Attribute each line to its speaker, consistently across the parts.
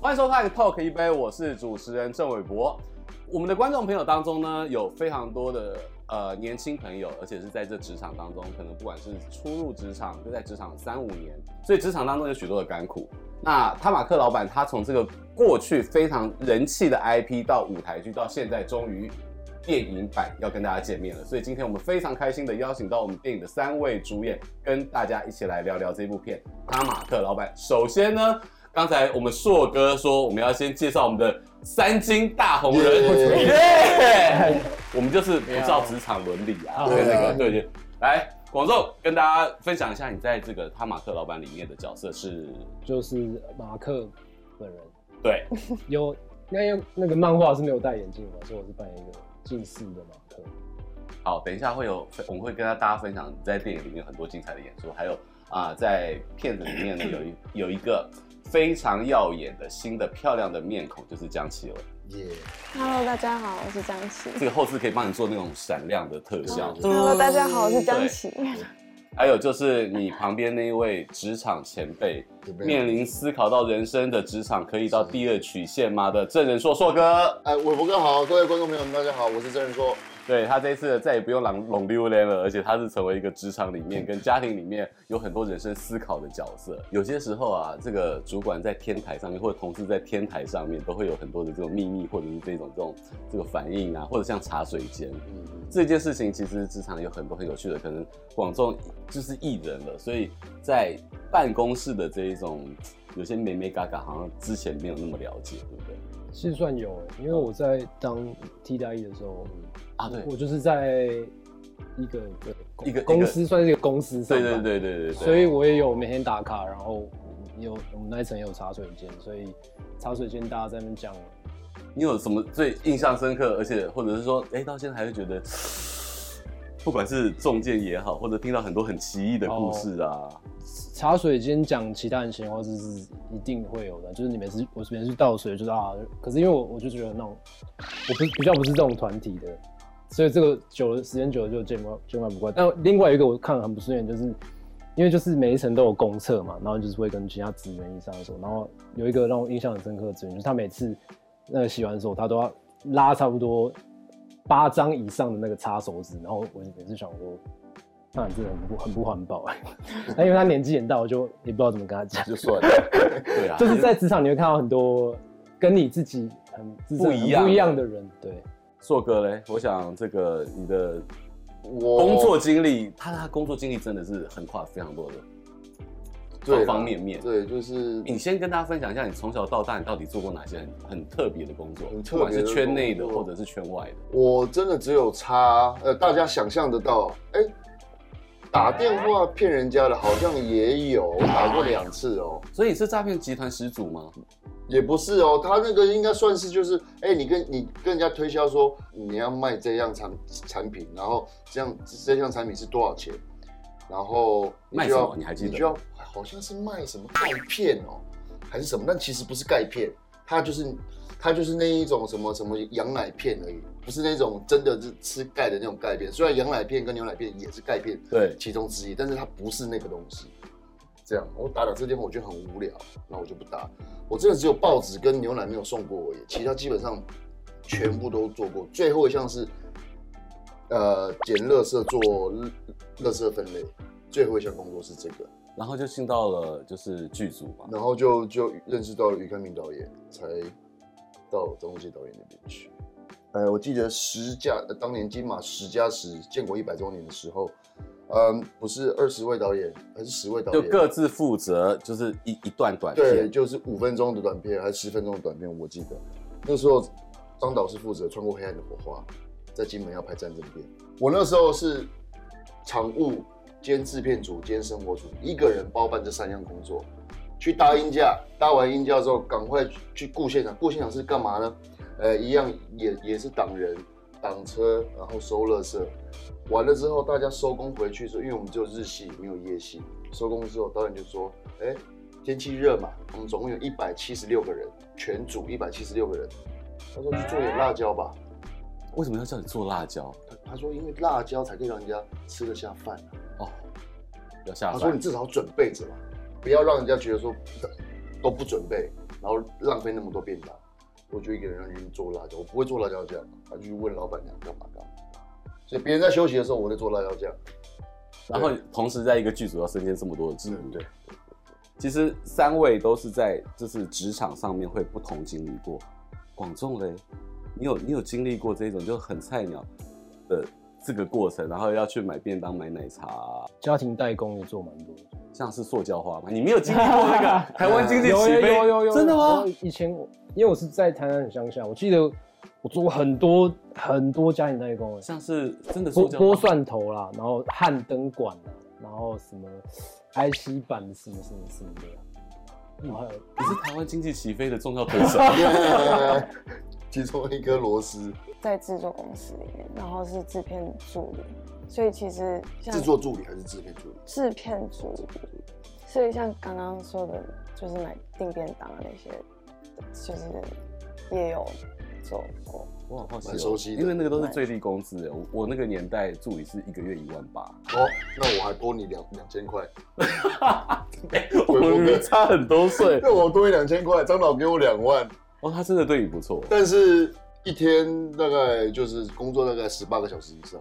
Speaker 1: 欢迎收看《Talk 一杯》，我是主持人郑伟博。我们的观众朋友当中呢，有非常多的呃年轻朋友，而且是在这职场当中，可能不管是初入职场，就在职场三五年，所以职场当中有许多的甘苦。那汤马克老板他从这个过去非常人气的 IP 到舞台剧，到现在终于电影版要跟大家见面了，所以今天我们非常开心的邀请到我们电影的三位主演，跟大家一起来聊聊这部片《哈马克老板》。首先呢，刚才我们硕哥说我们要先介绍我们的三金大红人，耶、我们就是不照职场伦理啊，
Speaker 2: 对
Speaker 1: 对
Speaker 2: 啊
Speaker 1: 那个对对，来。广仲跟大家分享一下，你在这个《哈马克老板》里面的角色是，
Speaker 2: 就是马克本人
Speaker 1: 对，
Speaker 2: 有，那因为那个漫画是没有戴眼镜的嘛，所以我是扮演一个近视的马克。
Speaker 1: 好，等一下会有，我们会跟大家分享你在电影里面很多精彩的演出，还有啊、在片子里面呢有一有一个非常耀眼的新的漂亮的面孔，就是江奇了。
Speaker 3: 耶，
Speaker 4: Hello，大家好，我是张琪。
Speaker 1: 这个后置可以帮你做那种闪亮的特效。
Speaker 4: 嗯 Hello，大家好，我是江琪。
Speaker 1: 还有就是你旁边那一位职场前辈，
Speaker 3: 有没有
Speaker 1: 面临思考到人生的职场可以到第二曲线吗的郑仁硕硕哥，
Speaker 3: 哎，伟博哥好，各位观众朋友们，大家好，我是郑仁硕。
Speaker 1: 对他这一次再也不用朗龙溜连了，而且他是成为一个职场里面跟家庭里面有很多人生思考的角色。有些时候啊，这个主管在天台上面，或者同事在天台上面，都会有很多的这种秘密，或者是这种这种这个反应啊，或者像茶水间
Speaker 3: 嗯，
Speaker 1: 这件事情，其实职场有很多很有趣的，可能广众就是艺人了，所以在办公室的这一种有些美美嘎嘎，好像之前没有那么了解，对不对？
Speaker 2: 其实算有欸，因为我在当替代 E 役的时候，
Speaker 1: 啊，对，
Speaker 2: 我就是在一个对公
Speaker 1: 一个
Speaker 2: 公司，算是一个公司上
Speaker 1: 对
Speaker 2: 班，
Speaker 1: 对对对对对，
Speaker 2: 所以我也有每天打卡，然后有我们那一层也有茶水间，所以茶水间大家在那边讲，
Speaker 1: 你有什么最印象深刻，而且或者是说，哎、到现在还会觉得，不管是中箭也好，或者听到很多很奇异的故事啊，
Speaker 3: 哦
Speaker 2: 茶水间讲其他人闲话，这是一定会有的。就是你每次我每次倒水，就是啊，可是因为我我就觉得那种，我不是比较不是这种团体的，所以这个久了时间久了就见不见怪不怪。但另外一个我看了很不顺眼，就是因为就是每一层都有公厕嘛，然后就是会跟其他职员一上手，然后有一个让我印象很深刻的职员，就是他每次那个洗完手，他都要拉差不多八张以上的那个擦手纸，然后我每次想说。那你真的很不很不环保哎、 那因为他年纪很大，我就也不知道怎么跟他讲。
Speaker 1: 就算了，对啊，
Speaker 2: 就是在职场你会看到很多跟你自己很自身
Speaker 1: 不一样
Speaker 2: 很不一样的人，对，
Speaker 1: 硕哥嘞，我想这个你的
Speaker 3: 我
Speaker 1: 工作经历，他他工作经历真的是横跨非常多的
Speaker 3: 对
Speaker 1: 方
Speaker 3: 啦
Speaker 1: 方面面。
Speaker 3: 对，就是
Speaker 1: 你先跟大家分享一下，你从小到大你到底做过哪些很很特别的工作，
Speaker 3: 很特
Speaker 1: 不
Speaker 3: 别的
Speaker 1: 管是圈内的
Speaker 3: 工作
Speaker 1: 或者是圈外的。
Speaker 3: 我真的只有差，呃，大家想象得到，哎、打电话骗人家的好像也有，打过两次哦，
Speaker 1: 所以你是诈骗集团始祖吗？
Speaker 3: 也不是哦，他那个应该算是就是，哎、你跟你跟人家推销说你要卖这样产产品，然后这样这项产品是多少钱，然后你就
Speaker 1: 卖什
Speaker 3: 要
Speaker 1: 么你还记得
Speaker 3: 就要好像是卖什么钙片哦，还是什么，但其实不是钙片，它就是它就是那一种什么什么羊奶片而已，不是那种真的是吃钙的那种钙片。虽然羊奶片跟牛奶片也是钙片
Speaker 1: 对，
Speaker 3: 其中之一，但是它不是那个东西。这样，我打两次电话我觉得很无聊，那我就不打。我真的只有报纸跟牛奶没有送过我而已，其他基本上全部都做过。最后一项是，呃，捡垃圾做垃垃圾分类，最后一项工作是这个。
Speaker 1: 然后就进到了就是剧组嘛。
Speaker 3: 然后就就认识到了于康明导演，才到张无忌导演那边去。呃，我记得十加呃当年金马十加十建国一百周年的时候，嗯，不是二十位导演，还是十位导
Speaker 1: 就
Speaker 3: 演？
Speaker 1: 各自负责，就是一一段短
Speaker 3: 对，
Speaker 1: 片。
Speaker 3: 就是五分钟的短片，还是十分钟的短片，我记得那时候张导是负责《穿过黑暗的火花》，在金门要拍战争片。我那时候是场务兼制片组兼生活组，一个人包办这三样工作。去搭音架，搭完音架之后，赶快去去顾现场。顾现场是干嘛呢？呃，一样也也是挡人、挡车，然后收垃圾。完了之后，大家收工回去的时候，因为我们只有日戏，没有夜戏。收工之后，导演就说：“哎、天气热嘛，我们总共有一百七十六个人，全组一百七十六个人。”他说：“去做点辣椒吧。
Speaker 1: 为什么要叫你做辣椒？
Speaker 3: 他”他说：“因为辣椒才可以让人家吃得下饭、啊
Speaker 1: 哦，要下
Speaker 3: 他说：“你
Speaker 1: 饭。
Speaker 3: 至少准备着嘛，不要让人家觉得说都不准备。”然后浪费那么多便当，我就一个人让你去做辣椒，我不会做辣椒酱，他就去问老板娘干嘛干嘛。所以别人在休息的时候，我在做辣椒酱。
Speaker 1: 然后同时在一个剧组要身兼这么多的职务，
Speaker 3: 嗯，对，
Speaker 1: 其实三位都是在就是职场上面会不同经历过。广仲嘞，你有你有经历过这种就很菜鸟的这个过程，然后要去买便当、买奶茶，
Speaker 2: 家庭代工也做蛮多的。
Speaker 1: 像是塑胶化吗？你没有经历过那 个啊台湾经济
Speaker 2: 有
Speaker 1: 起
Speaker 2: 有
Speaker 1: 飞，
Speaker 2: 有有有，
Speaker 1: 真的吗？？
Speaker 2: 以前我因为我是在台南很乡下，我记得我做过很多很多家庭代工欸，
Speaker 1: 像是真的塑
Speaker 2: 剥
Speaker 1: 胶
Speaker 2: 剥
Speaker 1: 化
Speaker 2: 蒜头啦，然后焊灯管啦，然后什么 IC 板什么什么什么的，然后还有
Speaker 1: 你是台湾经济起飞的重要推手。
Speaker 3: 其中一颗螺丝，
Speaker 4: 在制作公司里面，然后是制片助理，所以其实像
Speaker 3: 制作助理还是制片助理？
Speaker 4: 制片助理，所以像刚刚说的，就是买订便当啊那些，就是也有做过。
Speaker 1: 我很好奇哦、
Speaker 3: 蛮熟悉的
Speaker 1: 因为那个都是最低工资的。我我那个年代助理是一个月一万 八，
Speaker 3: 哦，那我还多你两两千块，
Speaker 1: 我们明明差很多 岁。
Speaker 3: 那我多你两千块，张导给我两万，
Speaker 1: 哦，他真的对你不错，
Speaker 3: 但是一天大概就是工作大概十八个小时以上，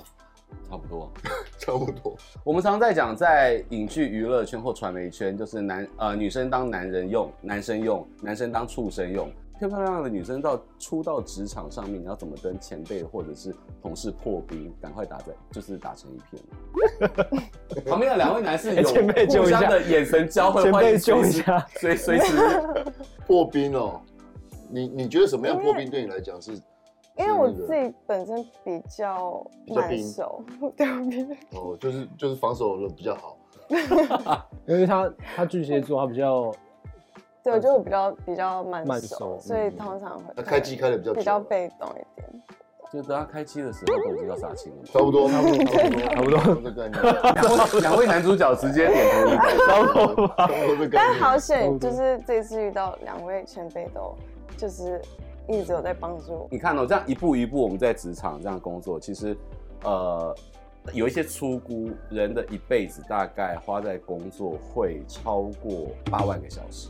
Speaker 1: 差不多。
Speaker 3: 差不多。
Speaker 1: 我们常在讲，在影剧娱乐圈或传媒圈，就是男呃女生当男人用，男生用，男生当畜生用。漂漂亮亮的女生到出到职场上面，你要怎么跟前辈或者是同事破冰，赶快打在就是打成一片。 旁边的两位男士有
Speaker 2: 哎前辈
Speaker 1: 互
Speaker 2: 救一下
Speaker 1: 相的眼神交汇，
Speaker 2: 前辈
Speaker 1: 欢迎随
Speaker 2: 救一
Speaker 1: 时
Speaker 2: 下，
Speaker 1: 随随时
Speaker 3: 破冰哦，你你觉得什么样破冰对你来讲是？
Speaker 4: 因为我
Speaker 3: 是那个
Speaker 4: 自己本身比较
Speaker 3: 比较
Speaker 4: 慢
Speaker 3: 冰
Speaker 4: 熟，对比
Speaker 3: 哦，就是就是防守的比较好，
Speaker 2: 因为他他巨蟹座，他比较
Speaker 4: 对，我觉得我比较比较慢
Speaker 2: 慢熟
Speaker 4: 熟，所以通常会
Speaker 3: 嗯那开机开的比较久
Speaker 4: 比较被动一点。
Speaker 1: 就等他开机的时候都已经要杀青了
Speaker 3: 差不多，差不多，
Speaker 2: 差不多
Speaker 3: 差不多这概念，
Speaker 1: 嘛。两位男主角直接点头一拜。
Speaker 2: 糟糕吧？
Speaker 3: 差不多这概
Speaker 4: 但
Speaker 3: 念。
Speaker 4: 好险，就是这次遇到两位前辈都就是一直有在帮助我。
Speaker 1: 你看哦，这样一步一步我们在职场这样工作，其实呃有一些粗估，人的一辈子大概花在工作会超过八万个小时。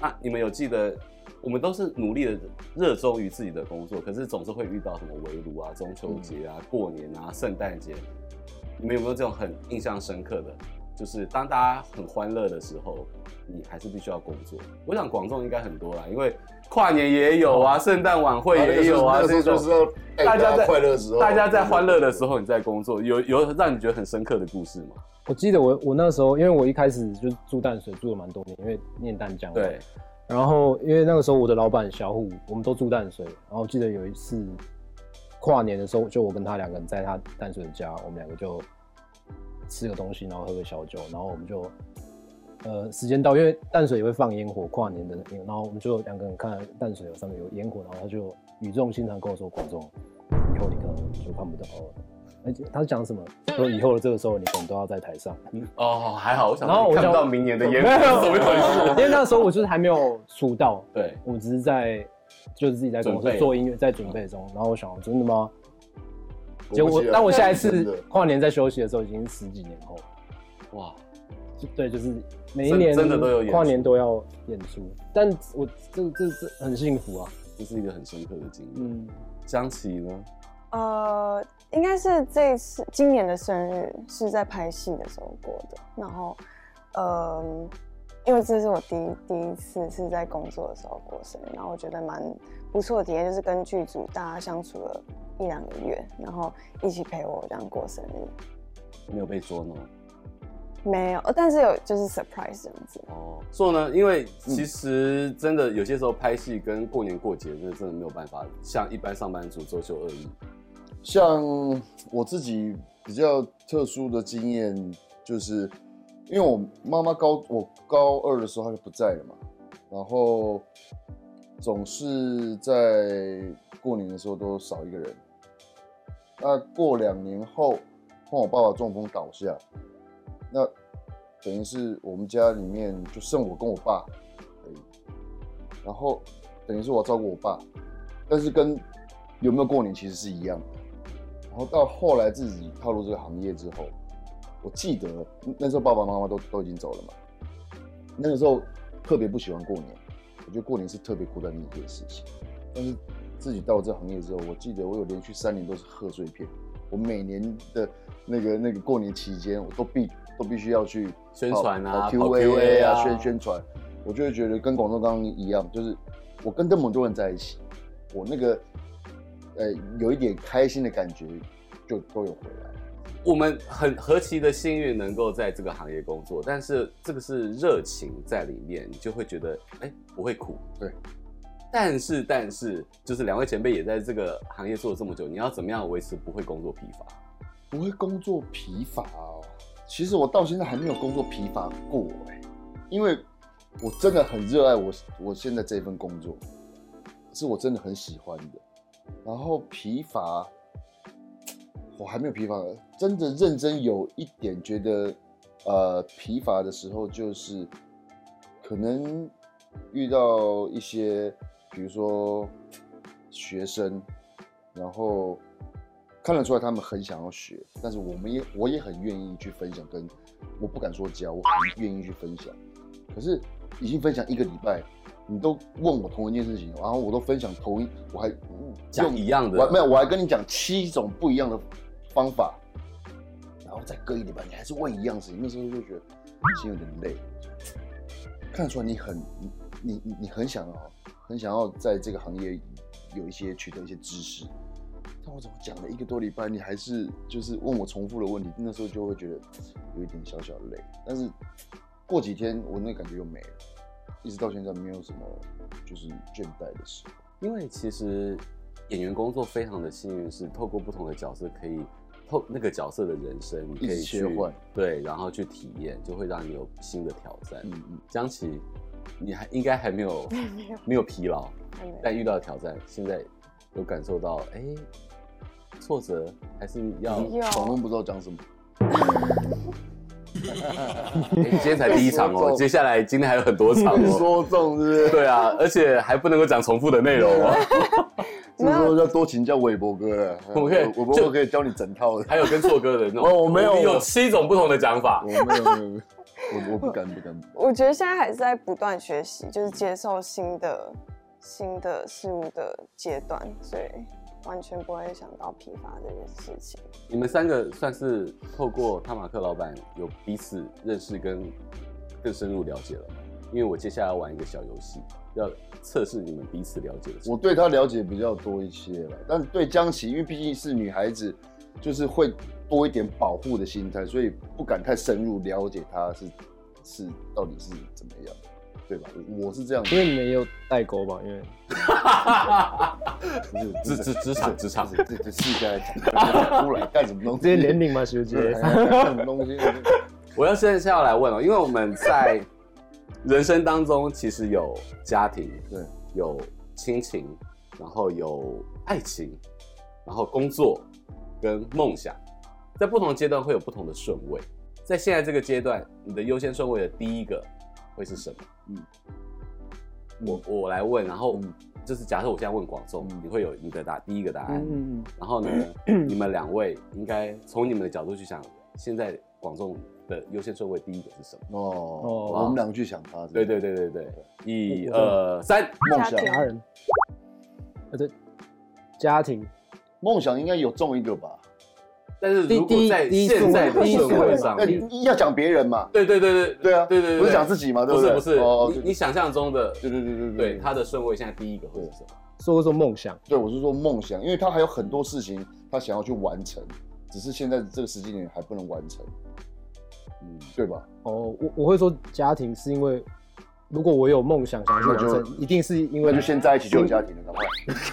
Speaker 1: 那你们有记得？我们都是努力的热衷于自己的工作，可是总是会遇到什么围炉啊、中秋节啊、过年啊、圣诞节，你们有没有这种很印象深刻的？就是当大家很欢乐的时候，你还是必须要工作。我想广众应该很多啦，因为跨年也有啊，圣诞晚会也有啊，
Speaker 3: 那个
Speaker 1: 这
Speaker 3: 时候就是
Speaker 1: 种
Speaker 3: 要哎
Speaker 1: 大家在
Speaker 3: 快乐的时候，
Speaker 1: 大家在欢乐的时候你在工作，有有让你觉得很深刻的故事吗？
Speaker 2: 我记得我我那时候，因为我一开始就住淡水住了蛮多年，因为念淡江嘛
Speaker 1: 对，
Speaker 2: 然后因为那个时候我的老板小虎，我们都住淡水，然后记得有一次跨年的时候，就我跟他两个人在他淡水的家，我们两个就吃个东西，然后喝个小酒，然后我们就呃时间到，因为淡水也会放烟火，跨年的烟火，然后我们就两个人看淡水有上面有烟火，然后他就语重心长跟我说：“广众，以后你可能就看不到我了。”而且他讲什么？他说以后的这个时候你可能都要在台上。
Speaker 1: 哦，还好，我想
Speaker 2: 然后
Speaker 1: 说
Speaker 2: 我
Speaker 1: 看
Speaker 2: 就
Speaker 1: 不到明年的烟
Speaker 2: 没
Speaker 1: 火，
Speaker 2: 有
Speaker 1: 怎么回事？
Speaker 2: 因为那时候我就是还没有出道，
Speaker 1: 对，
Speaker 2: 我只是在就是自己在公
Speaker 1: 准
Speaker 2: 司
Speaker 1: 备
Speaker 2: 做音乐，在准备中。然后我想，真的吗？
Speaker 3: 果不
Speaker 2: 结果
Speaker 3: 其然
Speaker 2: 当我下一
Speaker 3: 真
Speaker 2: 次
Speaker 3: 的
Speaker 2: 跨年在休息的时候，已经是十几年后了。
Speaker 1: 哇，
Speaker 2: 就对，就是每一
Speaker 1: 真
Speaker 2: 年
Speaker 1: 真的都有演出
Speaker 2: 跨年都要演出，但我这这这很幸福啊。
Speaker 1: 这是一个很深刻的经历。
Speaker 2: 嗯，
Speaker 1: 江琪呢？
Speaker 4: 呃，应该是这次今年的生日是在拍戏的时候过的，然后，呃，因为这是我第一第一次是在工作的时候过生日，然后我觉得蛮不错的体验，就是跟剧组大家相处了一两个月，然后一起陪我这样过生日，
Speaker 1: 没有被捉弄。
Speaker 4: 没有，呃但是有就是 surprise 这样子，
Speaker 1: 哦，嗯所以呢，因为其实真的有些时候拍戏跟过年过节，真的真的没有办法像一般上班族周休二日。
Speaker 3: 像我自己比较特殊的经验，就是因为我妈妈高我高二的时候她就不在了嘛，然后总是在过年的时候都少一个人。那过两年后，换我爸爸中风倒下，那等于是我们家里面就剩我跟我爸而已，然后等于是我要照顾我爸，但是跟有没有过年其实是一样的。然后到后来自己踏入这个行业之后，我记得那时候爸爸妈妈都都已经走了嘛，那个时候特别不喜欢过年，我觉得过年是特别孤单的一件事情。但是自己到这行业之后，我记得我有连续三年都是贺岁片，我每年的那个那个过年期间，我都必都必须要去
Speaker 1: 宣
Speaker 3: 跑
Speaker 1: 传啊
Speaker 3: 跑
Speaker 1: 跑 QA
Speaker 3: QA
Speaker 1: 啊
Speaker 3: 啊，宣宣传。我就会觉得跟广州刚刚一样，就是我跟这么多人在一起，我那个呃有一点开心的感觉就都有回来。
Speaker 1: 我们很何其的幸运能够在这个行业工作，但是这个是热情在里面，你就会觉得哎不会苦。
Speaker 3: 对。
Speaker 1: 但是但是，就是两位前辈也在这个行业做了这么久，你要怎么样维持不会工作疲乏？
Speaker 3: 不会工作疲乏哦。其实我到现在还没有工作疲乏过哎、因为我真的很热爱我我现在这份工作，是我真的很喜欢的。然后疲乏，我还没有疲乏，真的认真有一点觉得，呃，疲乏的时候就是可能遇到一些，比如说学生，然后看得出来他们很想要学，但是我们也我也很愿意去分享，跟我不敢说教，我很愿意去分享。可是已经分享一个礼拜，你都问我同一件事情，然后我都分享同一，我还
Speaker 1: 讲一样的
Speaker 3: 我还没有，我还跟你讲七种不一样的方法，然后再隔一礼拜，你还是问一样事情，那时候就觉得嗯心有点累。看得出来你很你你你你很想要很想要在这个行业有一些取得一些知识，但我怎么讲了一个多礼拜，你还是就是问我重复的问题，那时候就会觉得有一点小小的累。但是过几天我那个感觉又没了，一直到现在没有什么就是倦怠的时候。
Speaker 1: 因为其实演员工作非常的幸运，是透过不同的角色可以透那个角色的人生，你可以
Speaker 3: 一直
Speaker 1: 去
Speaker 3: 切换
Speaker 1: 对，然后去体验，就会让你有新的挑战。
Speaker 3: 嗯嗯，
Speaker 1: 江琪，你还应该还没有
Speaker 4: 没有
Speaker 1: 没有疲劳，
Speaker 4: 还没有
Speaker 1: 但遇到挑战，现在有感受到哎、挫折，还是要
Speaker 4: 有啊
Speaker 3: 访问不知道讲什么。
Speaker 1: 哎今天才第一场 哦，接下来今天还有很多场哦。
Speaker 3: 说中是不 是？
Speaker 1: 对啊，而且还不能够讲重复的内容 哦，
Speaker 3: 这时候要多请教韦伯哥 了。
Speaker 1: 我们可以
Speaker 3: 韦伯
Speaker 1: 就
Speaker 3: 哥可以教你整套的。
Speaker 1: 还有跟错哥的那种。
Speaker 3: 哦我没有嗯
Speaker 1: 你有
Speaker 3: 我
Speaker 1: 七种不同的讲法
Speaker 3: 我。没有没有，没有我我不敢不敢。
Speaker 4: 我觉得现在还是在不断学习，就是接受新的新的事物的阶段，所以完全不会想到疲乏这件事情。
Speaker 1: 你们三个算是透过汤马克老板有彼此认识跟更深入了解了吗？因为我接下来要玩一个小游戏，要测试你们彼此了解的程度。
Speaker 3: 我对她了解比较多一些了，但对江琪，因为毕竟是女孩子，就是会多一点保护的心态，所以不敢太深入了解她是是到底是怎么样，对吧？我我是这样的
Speaker 2: 因，为没有代沟吧， 因为
Speaker 3: 不是
Speaker 1: 职职职场职场
Speaker 3: 对对对，是该讲出来干什么东西？
Speaker 2: 这些年龄嘛，学姐。
Speaker 3: 对干什么东 西？
Speaker 1: 我要现在要来问了，哦因为我们在人生当中其实有家庭，
Speaker 3: 对，
Speaker 1: 有亲情，然后有爱情，然后工作跟梦想，在不同阶段会有不同的顺位。在现在这个阶段，你的优先顺位的第一个会是什么？嗯
Speaker 3: 嗯，
Speaker 1: 我我来问，然后
Speaker 3: 嗯
Speaker 1: 就是假设我现在问广众，
Speaker 3: 嗯
Speaker 1: 你会有你的答第一个答案，
Speaker 2: 嗯嗯
Speaker 1: 然后呢， 你们两位应该从你们的角度去想，现在广众的优先顺位第一个是什么？
Speaker 3: 哦，
Speaker 2: 哦
Speaker 3: 我们两个去想她，
Speaker 1: 对对对对对，一
Speaker 2: 我
Speaker 1: 二三，
Speaker 3: 梦想
Speaker 4: 家
Speaker 2: 嗯，
Speaker 4: 庭
Speaker 2: 家人。呃，对，家庭。
Speaker 3: 梦想应该有中一个吧？
Speaker 1: 但是如
Speaker 2: 第
Speaker 1: 果
Speaker 2: 一
Speaker 1: 在
Speaker 2: 第一顺
Speaker 1: 现
Speaker 2: 位
Speaker 1: 在的
Speaker 2: 第一
Speaker 1: 社
Speaker 2: 顺位
Speaker 1: 会上
Speaker 3: 那
Speaker 1: 面，
Speaker 3: 哎你要讲别人嘛？
Speaker 1: 对对对对
Speaker 3: 对啊，
Speaker 1: 对对对，
Speaker 3: 不是讲
Speaker 1: 己，
Speaker 3: 自己嘛？对
Speaker 1: 不是
Speaker 3: 对？
Speaker 1: 不是
Speaker 3: 哦，，嗯
Speaker 1: 你你想象中的
Speaker 3: 对对对对
Speaker 1: 对他的顺位现在第一个会是什么？
Speaker 2: 说过说梦想，
Speaker 3: 对，我是说梦想，因为他还有很多事情他想要去完成，只是现在这个时间点还不能完成，
Speaker 1: 嗯，
Speaker 3: 对吧？
Speaker 2: 哦，我我会说家庭是因为，如果我有梦想想要去完
Speaker 3: 那就
Speaker 2: 成，一定是因
Speaker 3: 那
Speaker 2: 为
Speaker 3: 就先在一起就有家庭了，赶快。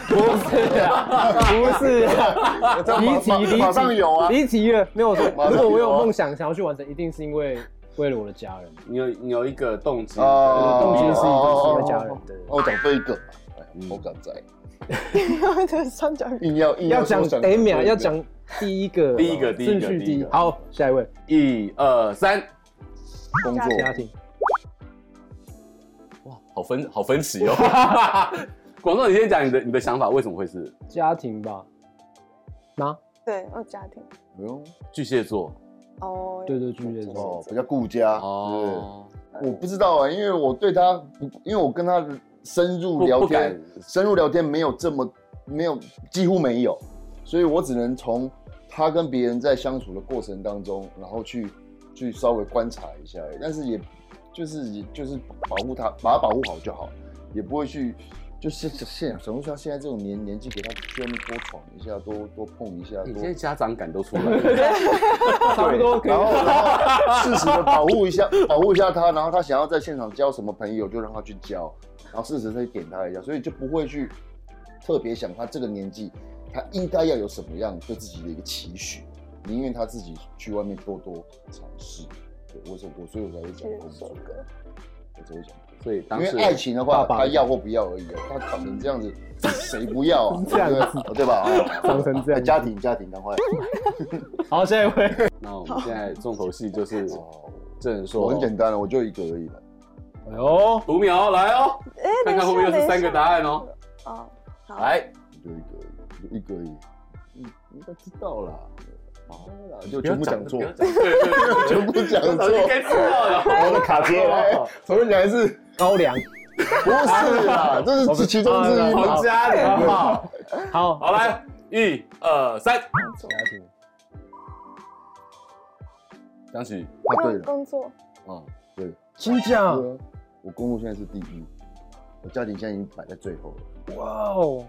Speaker 2: 不是啊，不是啊
Speaker 3: 这样
Speaker 2: 离
Speaker 3: 马
Speaker 2: 题
Speaker 3: 马
Speaker 2: 离题，
Speaker 3: 马上有啊
Speaker 2: 离题了，没有我说，
Speaker 3: 马上有啊
Speaker 2: 如果我有梦想想要去完成，一定是因为为了我的家人，
Speaker 1: 你有你有一个动机，
Speaker 3: 哦
Speaker 2: 动机是一定是因为
Speaker 3: 哦
Speaker 2: 家人的。
Speaker 3: 哦，我讲对一个嘛，哎
Speaker 1: 嗯
Speaker 3: 呀，我敢在，
Speaker 4: 我的三角形
Speaker 3: 硬要硬
Speaker 2: 要
Speaker 3: 说
Speaker 2: 讲
Speaker 3: 想
Speaker 2: 等一秒，
Speaker 3: 对一个
Speaker 2: 要讲第一个，
Speaker 1: 第一个第一个
Speaker 2: 顺
Speaker 1: 第
Speaker 2: 序第
Speaker 1: 一
Speaker 2: 一
Speaker 1: 个。
Speaker 2: 好，下一位，
Speaker 1: 一二三，
Speaker 3: 工作
Speaker 2: 家庭。
Speaker 1: 哇，好分好分歧 哦。广众，你先讲你的你的想法，为什么会是
Speaker 2: 家庭吧，吗？
Speaker 4: 对，哦，家庭
Speaker 3: 不用
Speaker 1: 巨蟹座？
Speaker 4: 哦，
Speaker 2: 对对巨蟹座
Speaker 3: 哦，比较顾家哦。
Speaker 1: 哦，
Speaker 3: 啊我不知道啊，因为我对他不，因为我跟他深入
Speaker 1: 不
Speaker 3: 聊
Speaker 1: 不
Speaker 3: 天
Speaker 1: 敢，
Speaker 3: 深入聊天没有这么没有几乎没有，所以我只能从他跟别人在相处的过程当中，然后去去稍微观察一下，但是也就是也就是保护他，把他保护好就好，也不会去就是现小红书现在这种年年纪，给他去外面多闯一下，多多碰一下，
Speaker 1: 你
Speaker 3: 多
Speaker 1: 现在家长感都出来 了，
Speaker 2: 差不多可
Speaker 3: 然后，
Speaker 2: 以。
Speaker 3: 然后适时的保护一下，保护一下他，然后他想要在现场交什么朋友，就让他去交，然后适时再点他一下，所以就不会去特别想他这个年纪，他应该要有什么样对自己的一个期许，宁愿他自己去外面多多尝试。对，我所我所以我才会讲
Speaker 4: 去
Speaker 3: 工
Speaker 4: 首
Speaker 3: 作，
Speaker 4: 歌。
Speaker 3: 我才会讲工作。
Speaker 1: 所以当
Speaker 3: 因
Speaker 1: 时
Speaker 3: 为爱情的话，
Speaker 2: 爸爸
Speaker 3: 他要或不要而已哦。他长成 这样子，谁不要啊？
Speaker 2: 这样子
Speaker 3: 对不对对吧？啊
Speaker 2: 长成这样子
Speaker 3: 家庭家庭 的话，
Speaker 2: 好，下一位，
Speaker 1: 那我们现在重头戏就是
Speaker 3: 哦，
Speaker 1: 郑人
Speaker 3: 我
Speaker 1: 说
Speaker 3: 很简单了，啊我就一个而已了。
Speaker 2: 哎呦，
Speaker 1: 读秒来哦，
Speaker 4: 哎，
Speaker 1: 看
Speaker 4: 等
Speaker 1: 看
Speaker 4: 一下，
Speaker 1: 会不会又
Speaker 4: 等
Speaker 1: 是
Speaker 4: 一
Speaker 1: 三个
Speaker 4: 下
Speaker 1: 答案哦。
Speaker 4: 哦，好，
Speaker 1: 来，
Speaker 3: 就一个而已，就一个而已。你应该知道啦，
Speaker 1: 哦
Speaker 3: 啦就全部讲错
Speaker 1: 不，要讲对对对，
Speaker 3: 全部讲
Speaker 1: 早就应该
Speaker 3: 错。
Speaker 1: 知道了。
Speaker 3: 我的卡接了，重新讲一次。
Speaker 2: 高粱，
Speaker 3: 不是啦， 这是其中之一
Speaker 2: 好
Speaker 3: 嘛
Speaker 1: 好。家的好不好？
Speaker 2: 好，
Speaker 1: 好来，一二三，
Speaker 2: 家庭，
Speaker 1: 张许，
Speaker 3: 啊，对了，
Speaker 4: 工作，
Speaker 1: 哦，
Speaker 2: 金奖，
Speaker 1: 嗯
Speaker 3: 对啊我公路现在是第一，我家庭现在已经摆在最后了，
Speaker 2: 哇哦，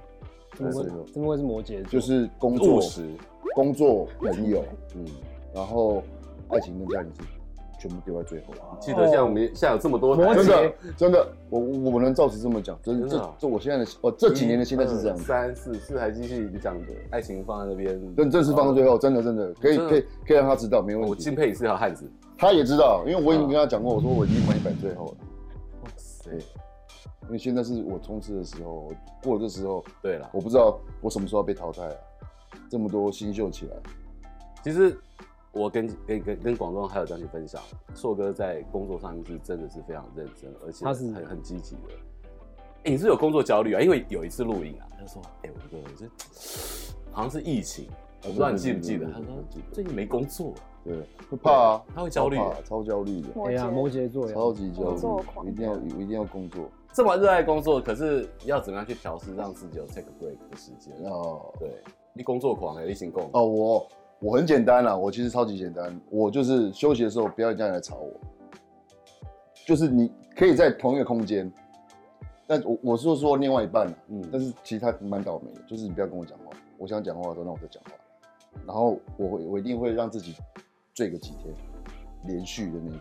Speaker 2: 怎么
Speaker 3: 对对
Speaker 2: 会
Speaker 3: 对
Speaker 2: 怎么会是摩羯座？
Speaker 3: 就是工
Speaker 1: 务
Speaker 3: 作、
Speaker 1: 实，
Speaker 3: 工作、朋友，
Speaker 1: 嗯，
Speaker 3: 然后爱情跟家庭是全部丢在最后。
Speaker 1: 记得现在我们现在有这么多
Speaker 2: 摩
Speaker 3: 真
Speaker 2: 羯
Speaker 3: 的，真的，我我我能照实这么讲，真的，
Speaker 1: 真的啊
Speaker 3: 这这我现在的我这几年的心态是这样
Speaker 1: 一
Speaker 3: 子
Speaker 1: 二。三四四台机器你讲的爱情放在那边，
Speaker 3: 正正式放到最后，真的真的可
Speaker 1: 哦
Speaker 3: 以
Speaker 1: 真的
Speaker 3: 可以可以让他知道，没问
Speaker 1: 我嗯
Speaker 3: 题
Speaker 1: 敬。佩你是条汉子。
Speaker 3: 他也知道，因为我已经跟他讲过，我说我已经满一百最后了。
Speaker 1: 哇塞
Speaker 3: 对，因为现在是我冲刺的时候，我过了这时候，
Speaker 1: 对了，
Speaker 3: 我不知道我什么时候要被淘汰啊。这么多新秀起来，
Speaker 1: 其实我跟跟跟跟广东还有张姐分享，硕哥在工作上面是真的是非常认真，而且
Speaker 2: 他是
Speaker 1: 很很积极的。哎、你是不是有工作焦虑啊？因为有一次录影啊，他就说：“哎、我这个人是好像是疫情，我不知道你记不记得。”
Speaker 2: 嗯
Speaker 3: 对
Speaker 1: 他
Speaker 3: 对对
Speaker 1: 说
Speaker 3: 对对：“
Speaker 1: 最近没工作，
Speaker 3: 对，会怕啊，
Speaker 1: 他会焦虑
Speaker 3: 超怕超焦虑的，
Speaker 4: 摩
Speaker 2: 哎呀，摩
Speaker 4: 羯，
Speaker 2: 羯座呀，
Speaker 3: 超级焦
Speaker 4: 啊工作
Speaker 3: 虑，
Speaker 4: 狂
Speaker 3: 一定要一定要工作。
Speaker 1: 这么热爱工作，可是要怎么样去调试，让自己有 take a break 的时间？
Speaker 2: 嗯
Speaker 3: 哦
Speaker 1: 对，你工作狂哎、欸，你行共
Speaker 3: 哦，我我很简单啦，我其实超级简单，我就是休息的时候不要人家来吵我，就是你可以在同一个空间，但我我是说另外一半啦，啊
Speaker 1: 嗯
Speaker 3: 但是其实他蛮倒霉的，就是你不要跟我讲话，我想讲话的时候，那我就讲话。然后我会我一定会让自己醉个几天，连续的那种，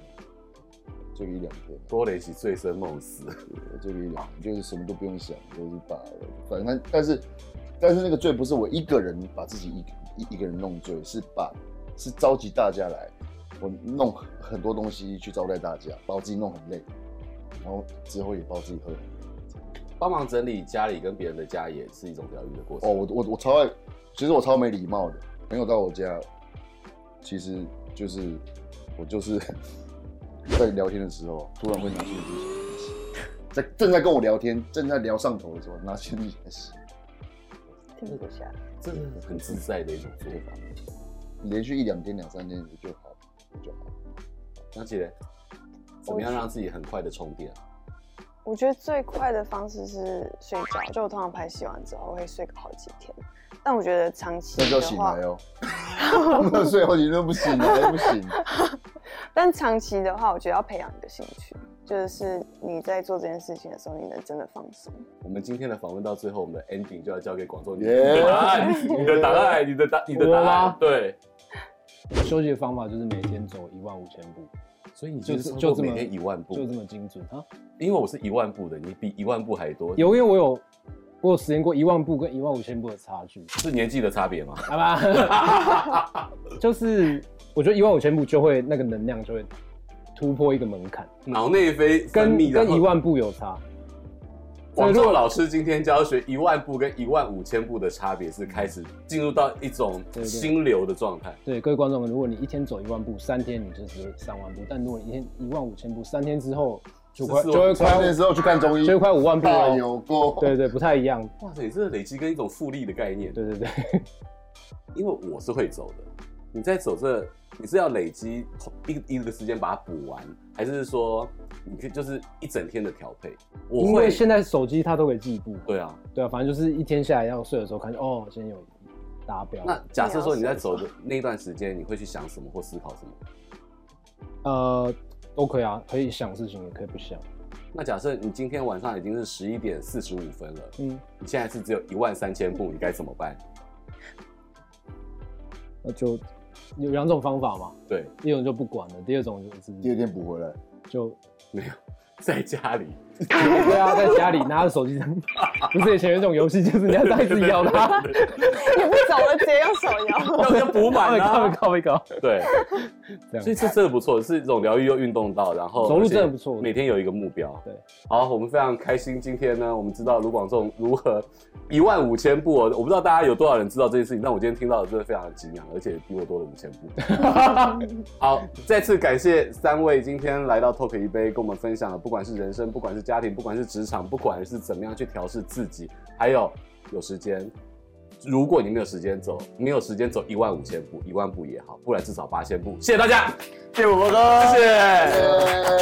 Speaker 3: 醉个一两天，
Speaker 1: 多雷奇醉生梦死，
Speaker 3: 对醉个一两天，就是什么都不用想，就是把反正但是但是那个醉不是我一个人把自己一一一个人弄醉，是把是召集大家来，我弄很多东西去招待大家，把我自己弄很累，然后之后也把我自己喝很累。
Speaker 1: 帮忙整理家里跟别人的家也是一种疗愈的过程。
Speaker 3: 哦，我我我超爱，其实我超没礼貌的。朋友到我家，其实就是我就是 在聊天的时候，突然会拿出手机想洗，在正在跟我聊天，正在聊上头的时候，拿手机想洗，
Speaker 4: 停不下，
Speaker 1: 这
Speaker 2: 嗯
Speaker 1: 是很自在的一种做法。
Speaker 3: 连续一两天、两三天就好就好。
Speaker 1: 张姐，怎么样让自己很快的充电？啊
Speaker 4: 我觉得最快的方式是睡觉，就我通常拍戏完之后会睡个好几天，但我觉得长期
Speaker 3: 那就
Speaker 4: 的
Speaker 3: 要醒
Speaker 4: 话
Speaker 3: 来，哦， 没有睡好几天不醒来 不行。
Speaker 4: 但长期的话，我觉得要培养一个兴趣，就是你在做这件事情的时候，你能真的放松。
Speaker 1: 我们今天的访问到最后，我们的 ending 就要交给广州你
Speaker 3: Yeah
Speaker 1: 的答案，啊 你的答案，你的答，你的答
Speaker 2: 我吗
Speaker 1: 案，对。
Speaker 2: 休息的方法就是每天走一万五千步，
Speaker 1: 所以你
Speaker 2: 就
Speaker 1: 就是是
Speaker 2: 就
Speaker 1: 就
Speaker 2: 这
Speaker 1: 过
Speaker 2: 么
Speaker 1: 每天一万步，
Speaker 2: 就这么精准啊。
Speaker 1: 因为我是一万步的，你比一万步还多，
Speaker 2: 有，因为我有我有实验过一万步跟一万五千步的差距，
Speaker 1: 是年纪的差别吗？
Speaker 2: 好吧？ 就是我觉得一万五千步就会那个能量就会突破一个门槛，
Speaker 1: 脑内啡分
Speaker 2: 跟
Speaker 1: 泌的
Speaker 2: 跟一。万步有差。
Speaker 1: 广州老师今天教学一万步跟一万五千步的差别是开始进入到一种
Speaker 2: 对对
Speaker 1: 心流的状态。
Speaker 2: 对各位观众们，如果你一天走一万步，三天你就只会三万步；但如果你一天一万五千步，三天之后就快
Speaker 1: 是
Speaker 2: 就
Speaker 1: 我
Speaker 2: 会
Speaker 3: 关
Speaker 2: 快
Speaker 3: 键时候去看中医
Speaker 2: 就，会快五万步
Speaker 3: 大
Speaker 2: 了。哦
Speaker 3: 有够。
Speaker 2: 对对，不太一样。
Speaker 1: 哇塞，这累积跟一种复利的概念。
Speaker 2: 对对对，
Speaker 1: 因为我是会走的，你在走这，你是要累积一一个时间把它补完，还是说你可以就是一整天的调配？我
Speaker 2: 因为
Speaker 1: 会
Speaker 2: 现在手机它都可以计步，
Speaker 1: 对啊。
Speaker 2: 对啊，反正就是一天下来要睡的时候看见哦，今天有达标。
Speaker 1: 那假设说你在走啊的那段时间，你会去想什么或思考什么？
Speaker 2: 呃，都可以啊，可以想事情，也可以不想。
Speaker 1: 那假设你今天晚上已经是十一点四十五分了，
Speaker 2: 嗯，
Speaker 1: 你现在是只有一万三千步，你该怎么办？
Speaker 2: 那就有两种方法嘛，
Speaker 1: 对，
Speaker 2: 一种就不管了，第二种就是
Speaker 3: 第二天补回来，
Speaker 2: 就
Speaker 1: 在家里，
Speaker 2: 对啊，在家里拿着手机，不是以前有一种游戏，就是你要当一直咬它，
Speaker 4: 也不走了，直接用手摇。
Speaker 1: 要要补满
Speaker 2: 靠
Speaker 1: 啊！
Speaker 2: 靠靠靠，
Speaker 1: 对，
Speaker 2: 这
Speaker 1: 所以
Speaker 2: 样。
Speaker 1: 这真的不错，是一种疗愈又运动到，然后
Speaker 2: 走路真的
Speaker 1: 而且
Speaker 2: 不错
Speaker 1: 每天有一个目标。
Speaker 2: 对，
Speaker 1: 好，我们非常开心，今天呢，我们知道卢广仲如何一万五千步哦，我不知道大家有多少人知道这件事情，但我今天听到的真的非常的惊讶，而且比我多了五千步。 好，再次感谢三位今天来到 Talk 一杯，跟我们分享了不管是人生，不管是家庭，不管是职场，不管是怎么样去调试自己，还有有时间。如果你没有时间走，没有时间走一万五千步，一万步也好，不然至少八千步。谢谢大家，谢谢我们哥，谢谢。
Speaker 3: 耶